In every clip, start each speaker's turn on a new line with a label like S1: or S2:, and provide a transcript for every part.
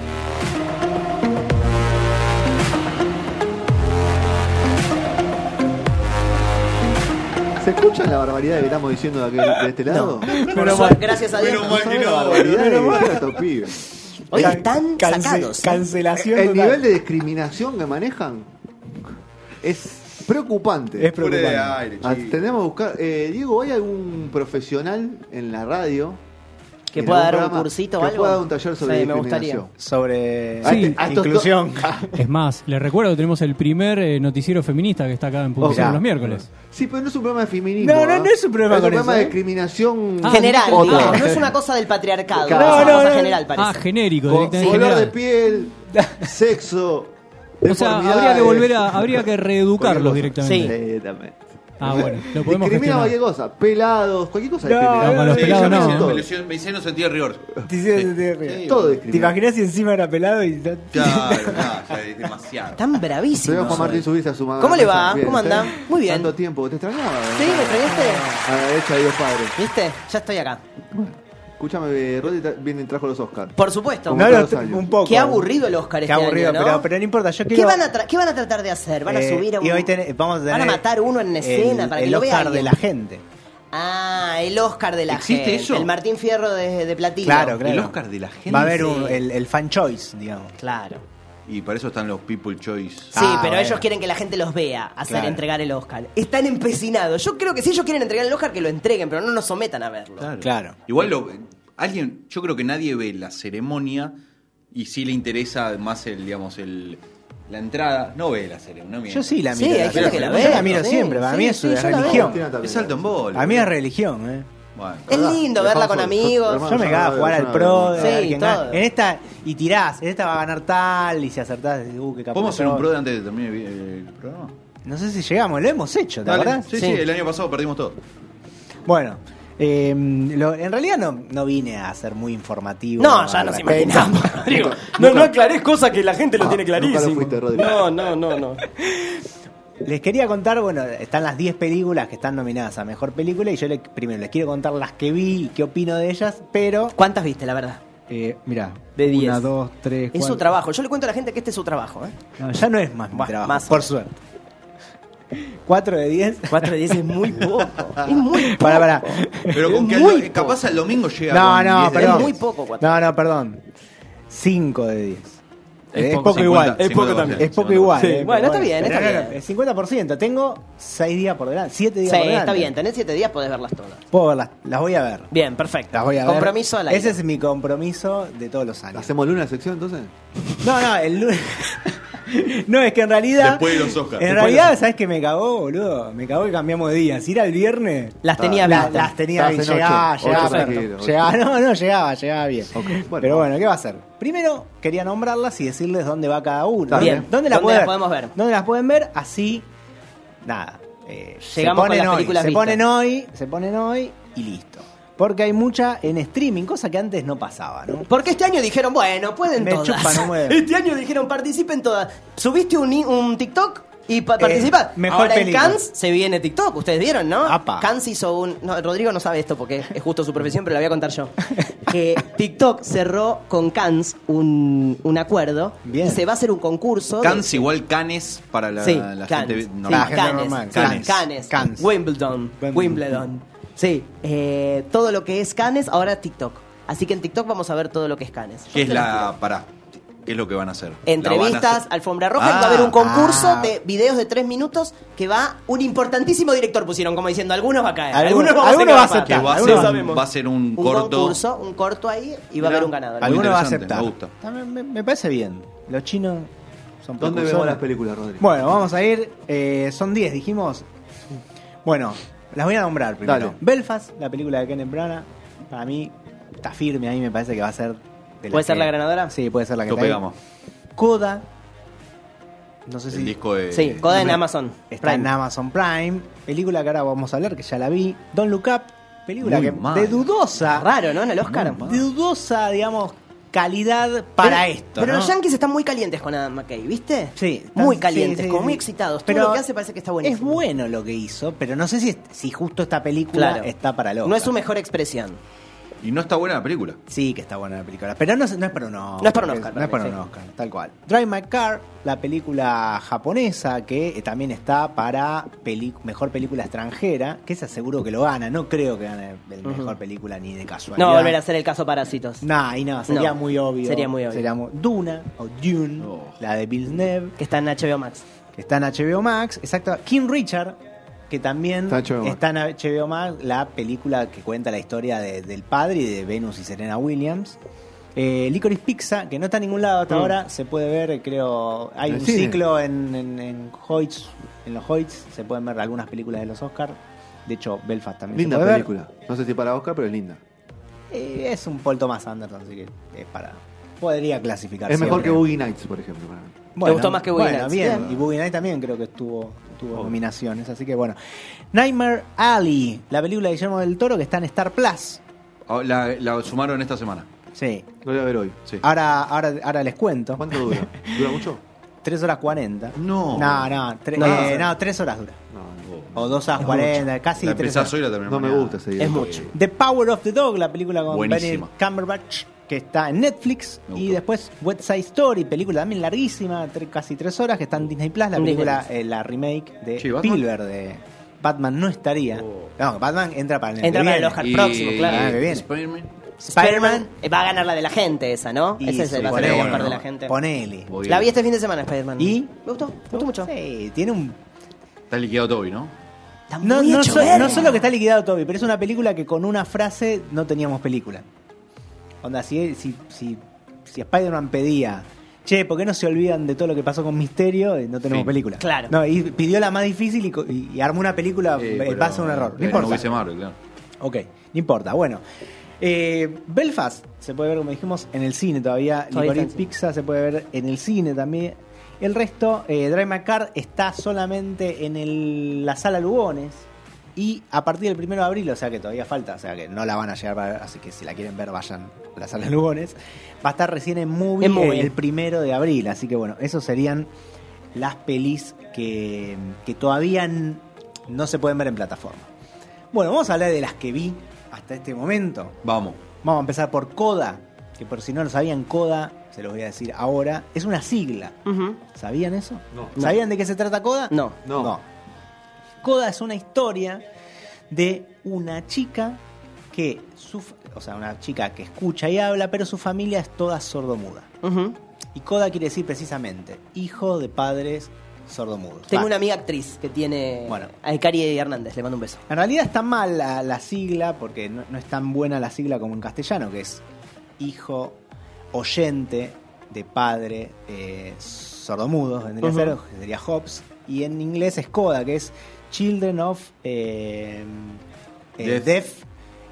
S1: ¿Se escucha la barbaridad que estamos diciendo de, aquel- de este lado?
S2: Por
S3: mal.
S2: suerte, gracias a Dios.
S4: Menos
S2: no.
S4: mal que
S1: La
S4: no.
S1: barbaridad
S2: Pero
S1: que
S2: bueno.
S1: dijeron estos pibes.
S2: Hoy
S3: Oye,
S2: están
S3: cance-
S2: sacados. ¿eh?
S3: Cancelación
S1: El
S3: total.
S1: nivel de discriminación que manejan es preocupante.
S3: Es
S4: Pure de
S3: preocupante.
S4: aire,
S1: Ah,
S4: chico.
S1: Tenemos que buscar. eh, Diego, ¿hay algún profesional en la radio?
S2: Que
S1: en
S2: pueda
S1: algún
S2: dar un
S1: programa
S2: cursito o
S1: que
S2: algo?
S1: pueda dar un taller sobre
S2: Sí, me gustaría.
S1: discriminación.
S3: Sobre
S1: A este- a estos
S3: inclusión.
S5: Es más, les recuerdo que tenemos el primer eh, noticiero feminista que está acá en Punto
S1: Ojalá.
S5: Cero los miércoles.
S1: Sí, pero no es un problema de feminismo.
S3: No, no,
S1: ¿ah?
S3: no es un problema
S1: Es un
S3: con
S1: problema
S3: eso,
S1: de
S3: ¿eh?
S1: discriminación
S2: Ah, General,
S1: Otra.
S2: digamos, no es una cosa del patriarcado,
S1: Claro.
S2: es una
S3: No,
S2: cosa
S3: no,
S2: general
S3: no.
S2: parece.
S5: Ah, genérico,
S1: Co-
S5: directamente
S1: color de
S5: general.
S1: piel, sexo.
S5: O sea, habría que volver a, habría que reeducarlos
S2: Sí.
S5: directamente. Ah, bueno, lo
S1: Discrimina
S5: podemos gestionar.
S1: cualquier cosa, pelados, cualquier cosa.
S3: No,
S1: discrimina.
S5: No, para los
S4: Sí,
S5: pelados
S4: ya me
S5: no.
S4: hicieron- me lesionó- Me hicieron sentir rigor.
S3: Te hicieron sentir arriba.
S4: Sí,
S1: Todo
S3: ¿Te
S1: discrimina.
S3: imaginas si encima era pelado y no-
S4: Claro, no, ya es demasiado.
S2: Están
S1: Se veo a
S2: bravísimos.
S1: Juan Martín
S2: hoy.
S1: subirse a su madre.
S2: ¿Cómo le va?
S1: Bien,
S2: ¿Cómo anda?
S1: ¿eh?
S2: Muy bien.
S1: Tanto tiempo, te extrañaba. ¿eh?
S2: Sí, me extrañaste.
S1: A la derecha de Dios Padre.
S2: ¿Viste? Ya estoy acá.
S1: Escúchame, eh, Rodri ta- viene trajo los Oscars.
S2: Por supuesto.
S1: Como
S3: no,
S1: todos
S3: no,
S1: los años.
S3: un poco.
S2: Qué aburrido el Oscar
S3: Qué
S2: este
S3: aburrido,
S2: año, ¿no?
S3: pero, pero no importa. Yo
S2: ¿Qué,
S3: quiero-
S2: van a tra- qué van a tratar de hacer? ¿Van a
S3: eh,
S2: subir a un...
S3: Y hoy ten- vamos a tener
S2: ¿Van a matar uno en escena
S3: el,
S2: para que
S3: el
S2: lo vea
S3: Oscar de
S2: alguien?
S3: la gente.
S2: Ah, el Oscar de la
S4: ¿Existe
S2: gente.
S4: eso?
S2: El Martín Fierro de, de Platino.
S3: Claro, claro.
S4: El Oscar de la gente.
S3: Va a haber
S2: Sí.
S3: un- el, el fan choice, digamos.
S2: Claro.
S4: Y para eso están los People Choice.
S2: Sí,
S3: Ah,
S2: pero
S3: bueno.
S2: ellos quieren que la gente los vea hacer
S3: Claro.
S2: entregar el Oscar. Están empecinados. Yo creo que si ellos quieren entregar el Oscar, que lo entreguen, pero no nos sometan a verlo.
S3: Claro.
S4: Igual lo, alguien, yo creo que nadie ve la ceremonia y sí le interesa más el, digamos, el la entrada. No ve la ceremonia. no mienta.
S3: Yo sí la
S2: Sí,
S3: miro.
S2: hay
S3: la
S4: gente
S3: verdad.
S4: que la
S3: Yo
S2: ve,
S3: la miro
S2: sí,
S3: siempre. Para
S2: sí,
S3: mí es
S2: sí, yo la
S1: Ah,
S2: veo.
S3: religión.
S4: Es alto en bol.
S3: A mí es religión, eh.
S4: Bueno.
S2: Es lindo verla con amigos.
S3: Yo me cagaba a jugar al pro, de
S2: Sí,
S3: ver quién
S2: todo.
S3: gana. En esta, y tirás, en esta va a ganar tal, y si acertás, decís, uh, qué capaz.
S4: ¿Podemos hacer un pro de antes de terminar el el programa?
S3: No sé si llegamos, lo hemos hecho, ¿te
S4: Dale.
S3: acordás?
S4: Sí, sí, el año pasado perdimos todo.
S3: Bueno, eh, lo- en realidad no, no vine a ser muy informativo.
S2: No, ya
S3: al
S2: nos
S3: respecto.
S2: imaginamos.
S6: Digo, no, no aclares cosas que la gente lo tiene
S1: nunca lo
S6: clarísimo.
S1: fuiste, Rodrigo.
S6: no, no, no, no.
S3: Les quería contar, bueno, están las 10 películas que están nominadas a Mejor Película y yo le- primero les quiero contar las que vi y qué opino de ellas, pero...
S2: ¿Cuántas viste, la verdad?
S3: Eh, mirá,
S2: De 10.
S3: Una, dos, tres,
S2: Es su
S3: cuatro.
S2: trabajo. Yo le cuento a la gente que este es su trabajo. ¿eh?
S3: No, ya no es más mi
S2: Buah,
S3: trabajo,
S2: más.
S3: por suerte. 4 de 10.
S2: 4 de 10 es muy poco. Es muy poco.
S3: Para, para.
S4: Pero con que al-
S2: muy poco.
S4: capaz al domingo llega.
S3: No,
S4: con
S3: no,
S4: 10 de
S3: perdón.
S2: Es muy poco, cuatro.
S3: No, no, perdón. 5 de 10.
S6: Es
S3: Eh, Es
S6: poco,
S3: poco
S4: 50,
S3: igual.
S4: 50,
S6: Es poco también.
S3: Es
S4: 50,
S3: poco
S4: 50.
S3: igual.
S6: Sí.
S3: eh,
S2: Bueno,
S3: pero
S2: está bien, está
S3: Pero
S2: bien.
S3: no, no, El 50%. Tengo 6 días por delante. 7 días
S2: Sí,
S3: por delante.
S2: está bien. Tenés 7 días, podés verlas todas.
S3: Puedo verlas. Las voy a ver.
S2: Bien, perfecto.
S3: Las voy a ver.
S2: Compromiso al aire.
S3: Ese es mi compromiso de todos los años.
S1: ¿Hacemos luna sección entonces?
S3: No, no, el lunes. No, es que en realidad.
S4: Después de los Oscars.
S3: En
S4: Después
S3: realidad, ¿sabes qué me cagó, boludo? Me cagó que cambiamos de días. Ir al viernes. Ah,
S2: Las tenía
S3: La-
S2: vistas.
S3: las tenía
S1: Estabas
S3: bien.
S1: en
S3: Llegaba,
S1: ocho,
S3: llegaba,
S1: ocho,
S3: perfecto.
S1: tranquilo, ocho.
S3: Llegaba- no, no, llegaba, llegaba bien.
S1: Ok, bueno.
S3: Pero bueno, ¿qué va a hacer? Primero, quería nombrarlas y decirles dónde va cada una.
S1: Está
S2: bien.
S3: ¿Dónde, las
S2: ¿Dónde
S3: pueden
S2: las podemos ver?
S3: ¿Dónde las pueden ver? Así, nada. eh, se
S2: Llegamos con
S3: ponen
S2: las
S3: hoy,
S2: películas
S3: Se
S2: vistas.
S3: ponen hoy, se ponen hoy y listo. Porque hay mucha en streaming, cosa que antes no pasaba, ¿no?
S2: Porque este año dijeron, bueno, pueden
S3: Me
S2: todas.
S3: chupan un huevo.
S2: este año dijeron, participen todas. Subiste un, i- un TikTok y pa- participás.
S3: Eh, mejor
S2: Ahora
S3: película.
S2: en Cannes se viene TikTok, ustedes vieron, ¿no?
S3: Apa.
S2: Cannes hizo un... no, Rodrigo no sabe esto porque es justo su profesión, pero la voy a contar yo. que TikTok cerró con Cannes un, un acuerdo
S3: Bien.
S2: y se va a hacer un concurso. de-
S4: Cans igual canes para la,
S2: sí,
S4: la
S2: Cannes.
S4: gente
S2: Sí,
S4: normal.
S3: gente
S2: Cannes,
S3: normal.
S2: sí,
S4: Cannes.
S2: Cannes,
S3: Cannes.
S2: Wimbledon.
S3: Wimbledon.
S2: Wimbledon. Sí, eh, todo lo que es Cannes, ahora TikTok. Así que en TikTok vamos a ver todo lo que es Cannes.
S4: ¿Qué es la pará? ¿Qué es lo que van a hacer? ¿La van a
S2: Entrevistas,
S4: hacer?
S2: alfombra roja, y
S4: Ah,
S2: va a haber un concurso
S3: ah.
S2: de videos de tres minutos que va un importantísimo director, pusieron como diciendo, algunos va a caer,
S3: Algunos-
S2: algunos, vamos
S3: algunos va a
S2: a
S4: que
S3: aceptar,
S2: aceptar.
S4: va a
S3: algunos
S4: ser,
S3: lo
S4: un, va a ser un,
S2: Un
S4: corto.
S2: concurso, un corto ahí y va a
S4: Mirá,
S2: haber un ganador.
S4: algo
S3: Alguno va a
S4: interesante,
S3: aceptar.
S4: me gusta.
S3: También me, me parece bien. Los chinos son
S1: ¿Dónde
S3: precursores.
S1: vemos las películas, Rodri?
S3: Bueno, vamos a ir. eh, son 10, dijimos. Bueno, las voy a nombrar primero.
S1: Dale.
S3: Belfast, la película de Kenneth Branagh, para mí está firme. A mí me parece que va a ser. de
S2: ¿Puede ser
S3: que-
S2: la ganadora?
S3: Sí, puede ser la que
S4: Lo
S3: está ahí.
S4: pegamos.
S3: Coda. No sé
S4: El
S3: si.
S4: disco de.
S2: Sí, coda en
S3: Hombre,
S2: Amazon.
S3: Está en
S2: Prime.
S3: Amazon Prime. Película que ahora vamos a hablar, que ya la vi. Don't Look Up. película
S4: Muy
S3: que-
S4: mal.
S3: de dudosa.
S2: Raro, ¿no? En el Oscar.
S3: De dudosa, digamos, calidad para
S2: Pero-
S3: esto.
S2: Pero
S3: ¿no?
S2: los Yankees están muy calientes con Adam McKay, ¿viste?
S3: Sí, están-
S2: Muy calientes,
S3: sí, sí,
S2: como
S3: sí.
S2: muy excitados.
S3: Pero
S2: Todo lo que hace parece que está buenísimo.
S3: Es bueno lo que hizo, pero no sé si, si justo esta película
S2: Claro.
S3: está para loco.
S2: No es su mejor expresión.
S4: Y no está buena la película.
S3: Sí, que está buena la película. Pero no es, no es para un Oscar.
S2: No es para un Oscar,
S3: No es para un
S2: sí.
S3: Oscar, tal cual. Drive My Car, la película japonesa que eh, también está para peli- mejor película extranjera, que se aseguro que lo gana. No creo que gane el mejor película ni de casualidad.
S2: No va a volver a ser el caso Parásitos.
S3: Nah, y no,
S2: No,
S3: sería muy obvio.
S2: sería muy obvio.
S3: Sería muy- Duna o Dune,
S4: Oh.
S3: la de Bill Neve,
S2: Que está en HBO Max.
S3: que está en HBO Max. Exacto. King Richard, que también
S1: Está en HBO Max.
S3: está en HBO Max, la película que cuenta la historia de- del padre y de Venus y Serena Williams. Eh, Licorice Pizza, que no está en ningún lado hasta ahora, se puede ver, creo. Hay
S1: Mm. En el
S3: un
S1: cine.
S3: ciclo en, en, en Hoyts, en los Hoyts, se pueden ver algunas películas de los Oscars. De hecho, Belfast también se
S1: Linda
S3: puede ver.
S1: película. No sé si para Oscar, pero es linda.
S3: Eh, es un Paul Thomas Anderson, así que es para. Podría clasificarse.
S1: Es mejor que
S3: Boogie
S1: Boogie Nights, por ejemplo. para mí.
S2: ¿Te gustó más que Boogie Nights?
S3: Bien.
S2: Bien.
S3: y Boogie Nights también creo que estuvo, tuvo nominaciones, así que bueno. Nightmare Alley, la película de Guillermo del Toro que está en Star Plus.
S4: Ah, La, la sumaron esta semana.
S3: Sí.
S1: Lo voy a ver hoy.
S4: Sí.
S3: Ahora, ahora, ahora les cuento.
S1: ¿Cuánto dura? ¿Dura mucho?
S3: 3 horas 40.
S4: No.
S3: No, no, tre-
S2: No.
S3: eh, no, 3 horas dura. O 2 horas 40, casi
S4: la
S3: 3
S4: empezás hoy y
S3: horas.
S4: la terminás
S1: No me
S4: mañana.
S1: gusta ese
S2: Es
S1: video.
S2: mucho.
S3: The Power of the Dog, la película con
S4: Buenísima.
S3: Benedict Cumberbatch que está en Netflix
S4: Me
S3: y
S4: gustó.
S3: después West Side Story, película también larguísima, tre- casi 3 horas que está
S4: Uh,
S3: en Disney Plus, la
S2: En
S3: película
S2: Disney
S3: eh, la remake de
S4: Che, Batman. Oh.
S3: Spielberg de Batman no estaría. No, Batman entra para el año
S2: Entra
S3: que
S2: para el
S3: viene.
S2: Oscar
S4: Y-
S2: próximo, claro.
S3: Ah, que
S4: y
S3: viene.
S4: Spider-Man.
S2: Spider-Man eh, va a ganar la de la gente esa, ¿no?
S3: Y
S2: Ese es el, va a ser
S3: ponele,
S2: el Oscar
S3: ¿no?
S2: de la gente.
S3: Ponele.
S4: Voy
S2: La
S4: a-
S2: vi este fin de semana, Spider-Man.
S3: ¿Y?
S2: Me gustó, me gustó mucho.
S3: Sí, tiene un
S4: Está liquidado Toby, ¿no?
S2: Está
S3: no,
S2: muy
S3: no,
S2: hecho ¿eh?
S3: so-
S2: verga.
S3: no solo que está liquidado Toby, pero es una película que con una frase no teníamos película. Onda, si, eh, si, si, si Spider-Man pedía, che, ¿por qué no se olvidan de todo lo que pasó con Misterio? Eh, No tenemos
S4: Sí.
S3: película.
S2: Claro.
S3: No, y pidió la más difícil y, co- y, y armó una película
S4: Eh,
S3: eh,
S4: pero-
S3: pasa un error. No
S4: eh,
S3: importa.
S4: No hubiese Marvel, claro.
S3: Ok, no importa. Bueno, eh, Belfast se puede ver, como dijimos, en el cine todavía.
S2: Todavía
S3: Licorice
S2: está en
S3: Pizza se puede ver en el cine también. El resto, eh, Drive My Car está solamente en el- la sala Lugones. Y a partir del primero de abril, o sea que todavía falta, o sea que no la van a llegar para ver, así que si la quieren ver, vayan a la sala Lugones. Va a estar recién en Movie,
S2: En Movie.
S3: eh, el primero de abril. Así que bueno, esos serían las pelis que, que todavía n- no se pueden ver en plataforma. Bueno, vamos a hablar de las que vi hasta este momento.
S4: Vamos.
S3: Vamos a empezar por CODA, que por si no lo sabían, CODA, se los voy a decir ahora, es una sigla.
S2: Ujú.
S3: ¿Sabían eso?
S1: No.
S3: ¿Sabían de qué se trata CODA?
S2: No.
S1: No.
S3: CODA es una historia de una chica que, suf- o sea, una chica que escucha y habla, pero su familia es toda sordomuda.
S2: Ujú.
S3: Y CODA quiere decir precisamente hijo de padres sordomudos.
S2: Tengo
S3: Va.
S2: una amiga actriz que tiene
S3: Bueno.
S2: a Icari Hernández, le mando un beso.
S3: En realidad está mal la, la sigla, porque no, no es tan buena la sigla como en castellano, que es hijo oyente de padre eh, sordomudo, vendría a ser,
S2: Ujú.
S3: que sería Hobbes, y en inglés es CODA, que es Children of eh, eh,
S4: Deaf.
S3: Deaf,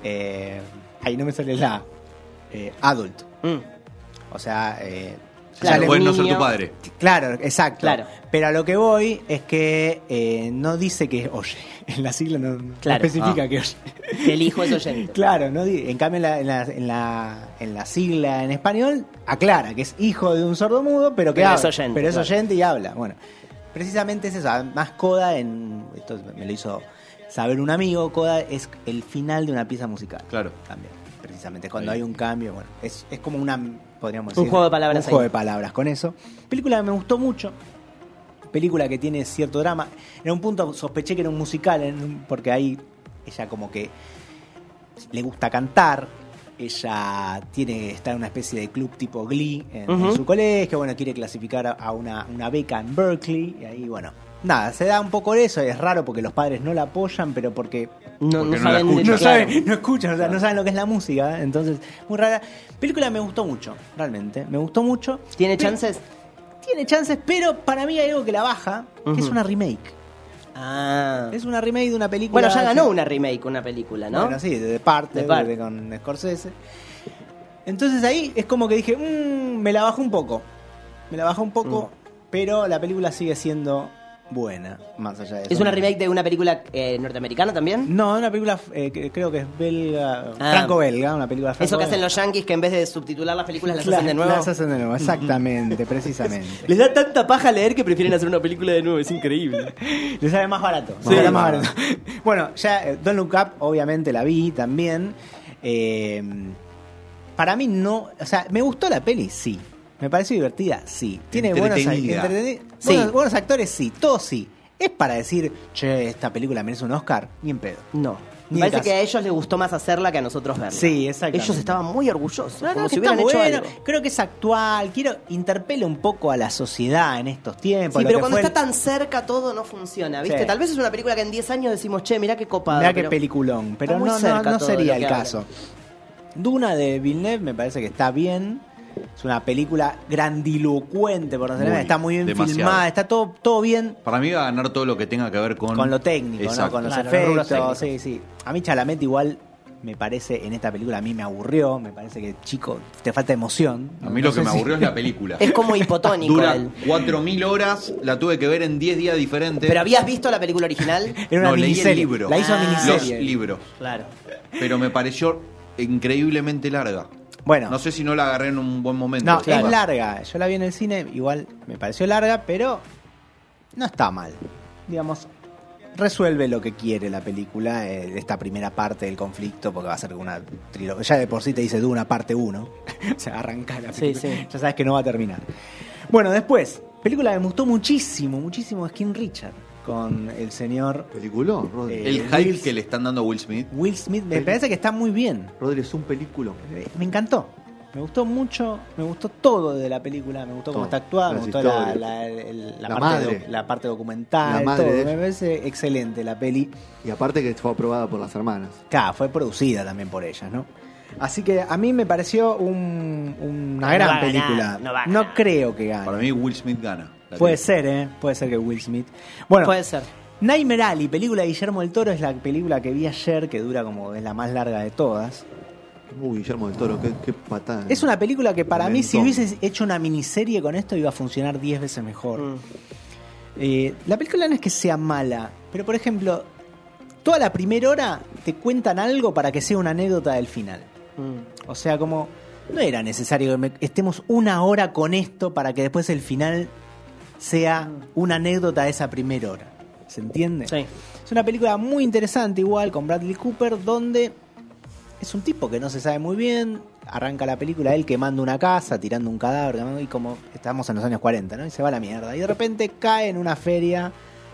S3: eh, ahí no me sale la A, eh, Adult,
S2: Mm.
S3: o sea... eh,
S2: Claro,
S4: Claro, puedes no ser
S2: niño.
S4: tu padre.
S3: Claro, exacto.
S2: Claro.
S3: Pero a lo que voy es que eh, no dice que oye. En la sigla no, no
S2: Claro.
S3: especifica
S4: Ah.
S3: que oye.
S2: Que el hijo es oyente.
S3: Claro, no di- en cambio en la, en, la, en, la, en la sigla en español aclara que es hijo de un sordo mudo, pero que
S2: Pero es
S3: habla.
S2: oyente,
S3: pero es
S2: claro.
S3: oyente y habla. Bueno, precisamente es eso. Además, Coda, en, esto me lo hizo saber un amigo, Coda es el final de una pieza musical.
S4: Claro.
S3: También, precisamente. Cuando
S4: Ahí.
S3: hay un cambio, bueno, es, es como una, podríamos
S2: Un
S3: decir.
S2: juego de palabras
S3: Un juego
S2: ahí.
S3: de palabras con eso. Película que me gustó mucho película que tiene cierto drama. En un punto sospeché que era un musical, en un- porque ahí ella como que le gusta cantar. Ella tiene está en una especie de club tipo Glee en, en
S2: Ujú.
S3: su colegio. Bueno, quiere clasificar a, a una, una beca en Berkeley. Y ahí, bueno, nada, se da un poco de eso. Es raro porque los padres no la apoyan, pero porque
S2: No, no
S4: Porque no la
S2: saben de
S4: escucha.
S3: no
S2: claro.
S3: saben, no escuchan, o sea, no saben lo que es la música. ¿eh? Entonces, muy rara. Película me gustó mucho, realmente. Me gustó mucho.
S2: ¿Tiene
S3: Pero-
S2: chances?
S3: tiene chances, pero para mí hay algo que la baja, que es
S2: Ujú.
S3: una remake.
S2: Ah.
S3: Es una remake de una película.
S2: Bueno, ya ganó una remake, una película, ¿no?
S3: Bueno, sí, de The Parte,
S2: The Part.
S3: con Scorsese. Entonces ahí es como que dije,
S2: Mm.
S3: "Mm, me la bajo un poco. Me la bajo un poco, pero la película sigue siendo buena, más allá de eso.
S2: ¿Es una remake de una película eh, norteamericana también?
S3: No, es una película eh, que creo que es belga,
S2: Ah.
S3: franco-belga, una película franco
S2: Eso que hacen los yankees que en vez de subtitular las películas las hacen de nuevo.
S3: Las hacen de nuevo, exactamente, precisamente.
S2: Les da tanta paja leer que prefieren hacer una película de nuevo, es increíble.
S3: Le sale más barato.
S2: Sí.
S3: sale más barato. bueno, ya eh, Don't Look Up, obviamente la vi también. Eh, para mí no. O sea, ¿me gustó la peli? Sí. ¿Me pareció divertida? Sí. ¿Tiene buenos, ac-
S4: Entretenida.
S3: entreteni-
S2: Sí.
S3: buenos- buenos actores? Sí. Todo sí. ¿Es para decir, che, esta película merece un Oscar? Ni en pedo.
S2: No.
S3: Ni
S2: Me
S3: de
S2: parece
S3: caso.
S2: que a ellos les gustó más hacerla que a nosotros verla.
S3: Sí, exactamente.
S2: Ellos estaban muy orgullosos,
S3: No, no,
S2: como
S3: que
S2: si
S3: está
S2: hubieran hecho
S3: bueno.
S2: algo.
S3: Creo que es actual. Quiero interpele un poco a la sociedad en estos tiempos.
S2: Sí,
S3: lo
S2: pero
S3: que
S2: cuando
S3: fue
S2: está
S3: el-
S2: tan cerca todo no funciona, ¿viste?
S3: Sí.
S2: Tal vez es una película que en 10 años decimos, che, mirá qué copado.
S3: Mirá qué
S2: pero-
S3: peliculón. Pero
S2: muy
S3: no, no-
S2: cerca
S3: no
S2: todo
S3: sería
S2: de lo
S3: el
S2: que
S3: caso. Duna de Villeneuve me parece que está bien. Es una película grandilocuente, por decirlo
S4: Muy,
S3: Está muy bien
S4: demasiado.
S3: filmada, está todo, todo bien
S4: Para mí va a ganar todo lo que tenga que ver con...
S3: con lo técnico, ¿no?
S4: Exacto.
S3: con los
S2: Claro, los rubros
S3: efectos. sí, sí. A mí Chalamet igual me parece, en esta película a mí me aburrió. Me parece que, chico, te falta emoción.
S4: A mí
S3: No
S4: lo que
S3: sé
S4: me
S3: si-
S4: aburrió es la película.
S2: Es como hipotónico
S4: Dura
S2: él.
S4: 4.000 horas, la tuve que ver en 10 días diferentes.
S2: ¿Pero habías visto la película original?
S3: Era una
S4: no, leí
S3: miniserie.
S4: el libro.
S3: La hizo
S2: Ah.
S4: Los
S3: miniserie.
S4: libros.
S2: Claro.
S4: Pero me pareció increíblemente larga.
S3: Bueno.
S4: No sé si no la agarré en un buen momento.
S3: No,
S4: la
S3: es
S4: verdad.
S3: larga. Yo la vi en el cine, igual me pareció larga, pero no está mal. Digamos, resuelve lo que quiere la película, eh, esta primera parte del conflicto, porque va a ser una trilogía. Ya de por sí te dice Duna parte 1. Se arranca la película.
S2: sí.
S3: Ya sabes que no va a terminar. Bueno, después, película que me gustó muchísimo, muchísimo, Skin Richard, con el señor
S1: Peliculón, Rodri.
S4: El
S3: Eh,
S4: hype
S3: Wills-
S4: que le están dando a Will Smith.
S3: Will Smith. Me
S1: Peli-
S3: parece que está muy bien.
S1: Rodri es un película.
S3: Eh, me encantó. Me gustó mucho, me gustó todo de la película, me gustó cómo
S1: Todo.
S3: está actuada, me
S1: Las
S3: gustó la,
S1: historias.
S3: la- el- la
S1: La
S3: parte
S1: madre.
S3: doc- la parte documental,
S1: La madre
S3: todo.
S1: de
S3: Me
S1: ella.
S3: parece excelente la peli.
S1: Y aparte que fue aprobada por las hermanas.
S3: Claro, fue producida también por ellas, ¿no? Así que a mí me pareció un- una gran
S2: va a ganar,
S3: película.
S2: no va a ganar.
S3: creo que gane.
S4: Para mí Will Smith gana. La
S3: Puede
S4: que-
S3: ser, ¿eh? Puede ser que Will Smith. Bueno,
S2: Puede ser.
S3: Nightmare Alley, película de Guillermo del Toro, es la película que vi ayer, que dura como es la más larga de todas.
S1: Uy, Guillermo del Toro, qué, qué patada.
S3: Es una película que para mí, si
S1: Mentón.
S3: hubieses hecho una miniserie con esto, iba a funcionar 10 veces mejor.
S2: Mm.
S3: Eh, la película no es que sea mala, pero por ejemplo, toda la primera hora te cuentan algo para que sea una anécdota del final.
S2: mm.
S3: O sea, como no era necesario que me- estemos una hora con esto para que después el final sea una anécdota de esa primera hora. ¿Se entiende?
S2: Sí.
S3: Es una película muy interesante igual con Bradley Cooper donde es un tipo que no se sabe muy bien, arranca la película él quemando una casa, tirando un cadáver, quemando- y como estamos en los años 40, ¿no? Y se va a la mierda. Y de repente cae en una feria,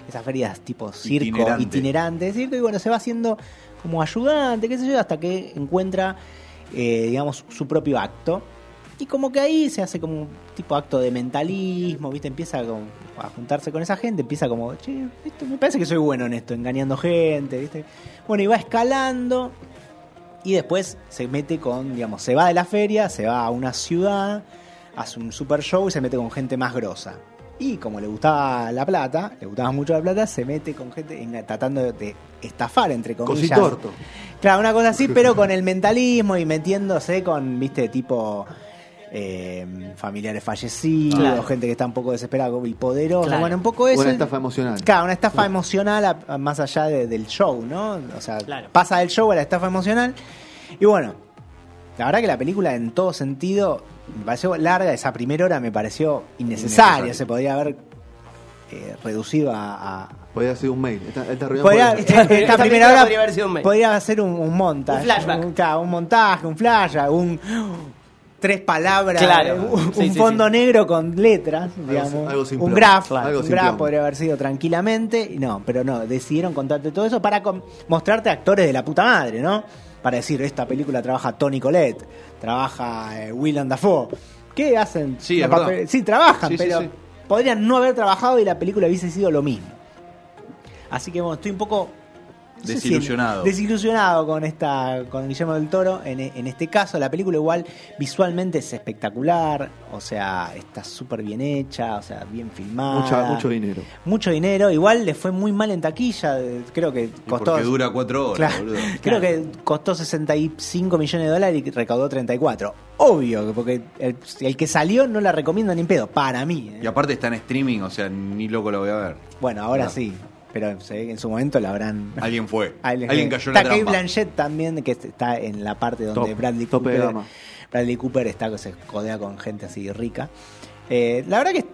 S3: esas ferias tipo circo,
S4: Itinerante.
S3: itinerante, circo, y bueno, se va haciendo como ayudante, qué sé yo, hasta que encuentra, eh, digamos, su propio acto. Y como que ahí se hace como un tipo acto de mentalismo, ¿viste? Empieza como a juntarse con esa gente, empieza como, che, esto me parece que soy bueno en esto, engañando gente, ¿viste? Bueno, y va escalando y después se mete con, digamos, se va de la feria, se va a una ciudad, hace un super show y se mete con gente más grosa. Y como le gustaba la plata, le gustaba mucho la plata, se mete con gente enga- tratando de estafar, entre comillas.
S1: Cositorto.
S3: Claro, una cosa así, pero con el mentalismo y metiéndose con, viste, tipo eh, familiares fallecidos,
S2: Claro.
S3: gente que está un poco desesperada y poderosa.
S2: Claro.
S3: Bueno, un poco eso.
S1: Una estafa emocional.
S3: Claro, una estafa emocional a- a- más allá de- del show, ¿no? O sea,
S2: Claro.
S3: pasa del show a la estafa emocional. Y bueno, la verdad que la película en todo sentido me pareció larga, esa primera hora me pareció innecesaria,
S4: Innecesaria.
S3: se podría haber eh, reducido a... a-
S1: Podría ser un mail. Esta, esta reunión
S3: Podría-
S1: podría-
S3: esta,
S2: esta
S3: primera
S2: película
S3: hora
S2: podría haber sido un mail.
S3: podría ser un, un montaje.
S2: Un flashback.
S3: claro, un montaje, un flashback, un... Tres palabras,
S2: Claro.
S3: un, un
S2: Sí, sí, sí.
S3: fondo negro con letras, digamos.
S1: algo sin
S3: un
S1: plomo.
S3: graph,
S1: Algo
S3: un
S1: sin
S3: graph
S1: plomo.
S3: podría haber sido tranquilamente, y no, pero no, decidieron contarte todo eso para con- mostrarte actores de la puta madre, ¿no? Para decir, esta película trabaja Tony Colette, trabaja eh, Willem Dafoe. ¿Qué hacen?
S4: Sí,
S3: Una
S4: es verdad.
S3: papel- sí trabajan,
S4: Sí, sí,
S3: pero
S4: sí.
S3: podrían no haber trabajado y la película hubiese sido lo mismo. Así que bueno, estoy un poco no sé si-
S4: Desilusionado.
S3: desilusionado con esta con Guillermo del Toro. En, e- en este caso, la película igual visualmente es espectacular. O sea, está súper bien hecha, o sea, bien filmada.
S1: Mucha- mucho dinero.
S3: Mucho dinero. Igual le fue muy mal en taquilla. eh, Creo que
S4: Y
S3: costó.
S4: Porque dura cuatro horas,
S3: Claro.
S4: boludo.
S3: Creo que costó 65 millones de dólares y recaudó 34. Obvio, porque el, el que salió no la recomienda ni en pedo, para mí. ¿eh?
S4: Y aparte está en streaming, o sea, ni loco lo voy a ver.
S3: Bueno, ahora
S4: No.
S3: sí, pero se ve que en su momento la habrán...
S4: Alguien fue. Alguien, cayó en
S3: está
S4: la
S3: Kate
S4: trampa.
S3: Blanchett también, que está en la parte donde
S1: Top,
S3: Bradley
S1: tope de
S3: Cooper...
S1: gama.
S3: Bradley Cooper está que se codea con gente así rica. Eh, la verdad que...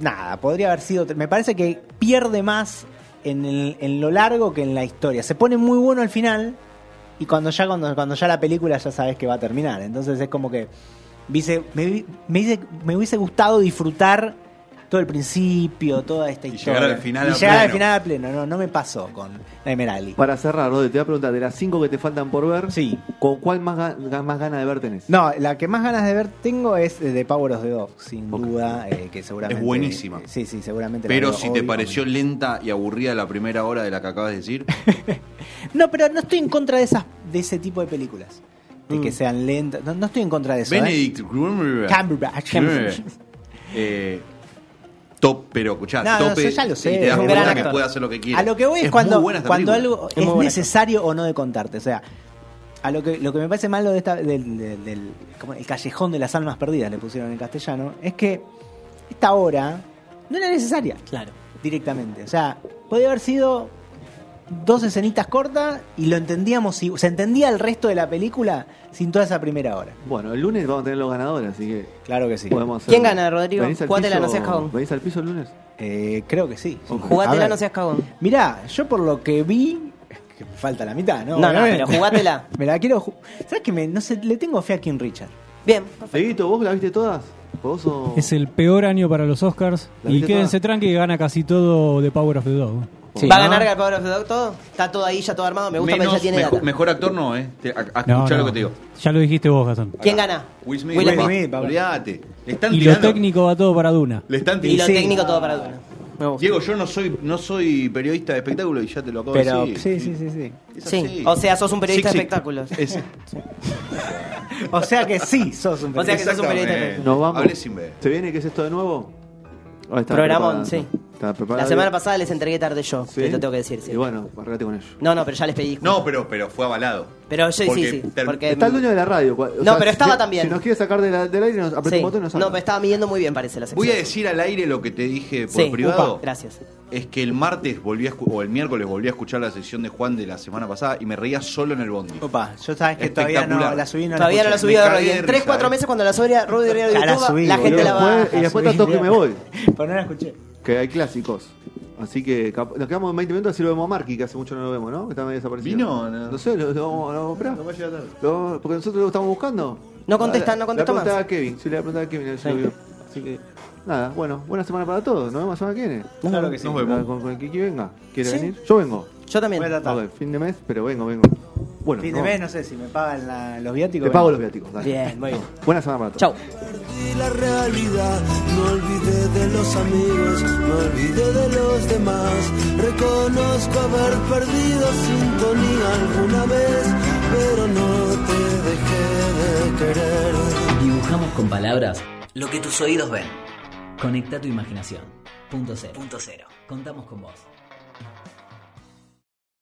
S3: Nada, podría haber sido... Me parece que pierde más en, el- en lo largo que en la historia. Se pone muy bueno al final, y cuando ya cuando, cuando ya la película ya sabes que va a terminar entonces es como que dice, me, vi- me dice- me hubiese gustado disfrutar todo el principio toda esta
S4: Y
S3: historia
S4: llegar al final
S3: y
S4: a
S3: llegar al
S4: pleno.
S3: final a pleno no no me pasó con la Emeraldi
S1: Para cerrar, Rodri, te voy a preguntar, de las cinco que te faltan por ver,
S3: Sí.
S1: ¿con cuál más, ga- ga- más ganas de ver tenés?
S3: no la que más ganas de ver tengo es eh, de Power of the Dog sin
S1: Ok.
S3: duda eh, que seguramente
S4: Es buenísima.
S3: sí sí seguramente la
S4: Pero
S3: veo
S4: si te
S3: hoy.
S4: pareció lenta y aburrida la primera hora de la que acabas de decir,
S3: no pero no estoy en contra de esas de ese tipo de películas de que sean lentas no, no estoy en contra de eso ¿eh?
S4: Mm. Benedict Cumberbatch.
S3: Cumberbatch.
S4: Cumberbatch. Eh, top, pero escuchá,
S3: No, no,
S4: tope,
S3: yo ya lo sé,
S4: y te
S3: es
S4: das
S3: un
S4: cuenta
S3: gran
S4: que
S3: actor.
S4: puede hacer lo que quiere.
S3: A lo que voy es,
S4: muy
S3: cuando,
S4: buena esta
S3: cuando
S4: película.
S3: algo
S6: Es muy
S3: es
S6: buena
S3: necesario o no de contarte. O sea, a lo que, lo que me parece malo de esta, del, del- del- como el callejón de las almas perdidas, le pusieron en castellano, es que esta hora no era necesaria
S6: Claro.
S3: directamente. O sea, podía haber sido dos escenitas cortas y lo entendíamos, y- se entendía el resto de la película sin toda esa primera hora.
S1: Bueno, el lunes vamos a tener los ganadores, así que
S3: Claro que sí.
S1: podemos hacer...
S2: ¿Quién gana, Rodrigo?
S1: ¿Venís al
S2: Jugátela,
S1: piso-
S2: no seas cagón.
S1: ¿Venís al piso el lunes?
S3: Eh, creo que sí. sí.
S1: Ok.
S3: A
S2: Jugátela,
S3: ver.
S2: no seas cagón.
S3: Mirá, yo por lo que vi. Que me falta la mitad, ¿no?
S2: No, no,
S3: Obviamente.
S2: pero jugátela.
S3: me la quiero. ju- ¿Sabes que me, no sé, le tengo fe a King Richard?
S2: Bien, perfecto.
S1: Dieguito, ¿vos la viste todas? ¿Vos o...?
S5: Es el peor año para los Oscars.
S1: ¿La
S5: Y
S1: viste
S5: quédense
S1: toda?
S5: tranqui que gana casi todo de Power of the Dog.
S2: ¿Va a
S5: ¿no?
S2: ganar el Power of the Dog todo? Está todo ahí, ya todo armado. Me gusta,
S4: Menos-
S2: pero ya tiene
S4: mejo-
S2: data.
S4: Mejor actor no, eh. Te- a- a-
S5: No,
S4: escuchá
S5: no.
S4: lo que te digo.
S5: Ya lo dijiste vos, Gastón.
S2: ¿Quién gana?
S4: Will Smith,
S2: Will
S4: papá.
S3: Smith, papá.
S4: Olvídate. Le están
S5: Y lo
S4: tirando.
S5: técnico va todo para Duna.
S4: Le están
S2: Y
S4: tirando.
S2: lo
S3: Sí.
S2: técnico todo para Duna. Me gusta.
S4: Diego, yo no soy, no soy periodista de espectáculo y ya te lo acabo
S3: Pero.
S4: de decir.
S3: Sí, sí, sí, sí.
S4: Es
S2: Sí,
S4: así.
S2: o sea, sos un periodista
S4: Sí, sí.
S2: de espectáculos.
S4: Es-
S3: O sea que sí, sos un
S2: O sea que sos un
S4: Exactamente.
S2: periodista de espectáculos.
S1: Nos vamos.
S4: Hablé sin ver.
S1: ¿Se viene qué es esto de nuevo? Ahí está,
S2: Programón,
S1: preparado.
S2: sí.
S1: Está preparado.
S2: La semana pasada les entregué tarde yo,
S1: Sí.
S2: te lo tengo que decir. sí.
S1: Y bueno, arreglate con ello.
S2: No, no, pero ya les pedí.
S4: No, pero, pero fue avalado.
S2: Pero yo sí,
S4: Porque
S2: sí.
S4: ter-
S2: Porque
S1: Está el dueño de la radio. cua- o
S2: Eh, No, pero estaba
S1: si-
S2: también.
S1: Si nos quiere sacar de la- del aire, nos aprieta
S2: Sí.
S1: un botón y nos saca.
S2: No, pero estaba midiendo muy bien, parece, la sección.
S4: Voy a decir al aire lo que te dije por
S2: Sí,
S4: privado.
S2: upa, gracias.
S4: Es que el martes volví a escu- o el miércoles volví a escuchar la sesión de Juan de la semana pasada y me reía solo en el bondi.
S3: Opa, yo sabes que todavía no
S4: Espectacular.
S3: la subí, no
S2: Todavía no la
S3: escuché.
S2: subí a
S4: Me cagué
S2: Rodri.
S4: de
S2: En 3,
S4: risa,
S2: 4
S4: eh.
S2: meses cuando la sube a Rodri Rodri
S3: Ya
S2: de
S3: la
S2: YouTube,
S3: subí,
S2: la gente
S1: boludo.
S2: la va...
S1: Después- y después
S3: subí,
S1: tanto que me voy.
S3: Pero no la escuché.
S1: Que hay clásicos. Así que cap- nos quedamos en 20 minutos así lo vemos a Marky, que hace mucho no lo vemos, ¿no? Que está medio desaparecido.
S4: ¿Vino? No.
S1: sé, lo, lo vamos lo vamos a comprar.
S4: No va a llegar tarde.
S1: Lo- porque nosotros lo estamos buscando.
S2: No contesta,
S1: Ah,
S2: no contesta
S1: Le preguntaba
S2: más.
S1: a Kevin, sí, le preguntaba a Kevin. a ver si lo vio. Así que, nada, bueno, buena semana para todos. Nos vemos la semana que viene.
S3: Claro que sí.
S4: Nos vemos.
S1: Con, con el Kiki venga. ¿Quiere
S2: Sí.
S1: venir? Yo vengo.
S2: Yo también.
S3: Voy a tratar.
S1: Ok, fin de mes, pero vengo, vengo. Bueno,
S3: Fin de
S1: no,
S3: mes, no sé si me pagan la- los viáticos.
S1: te pago los viáticos. dale.
S2: Bien, muy bien.
S1: Buena semana para todos.
S2: Chau.
S7: Y la realidad, no olvidé de los amigos, no olvidé de los demás. Reconozco haber perdido sintonía alguna vez, pero no te dejé de querer.
S8: Dibujamos con palabras lo que tus oídos ven. Conecta tu imaginación. Punto cero. Contamos con vos.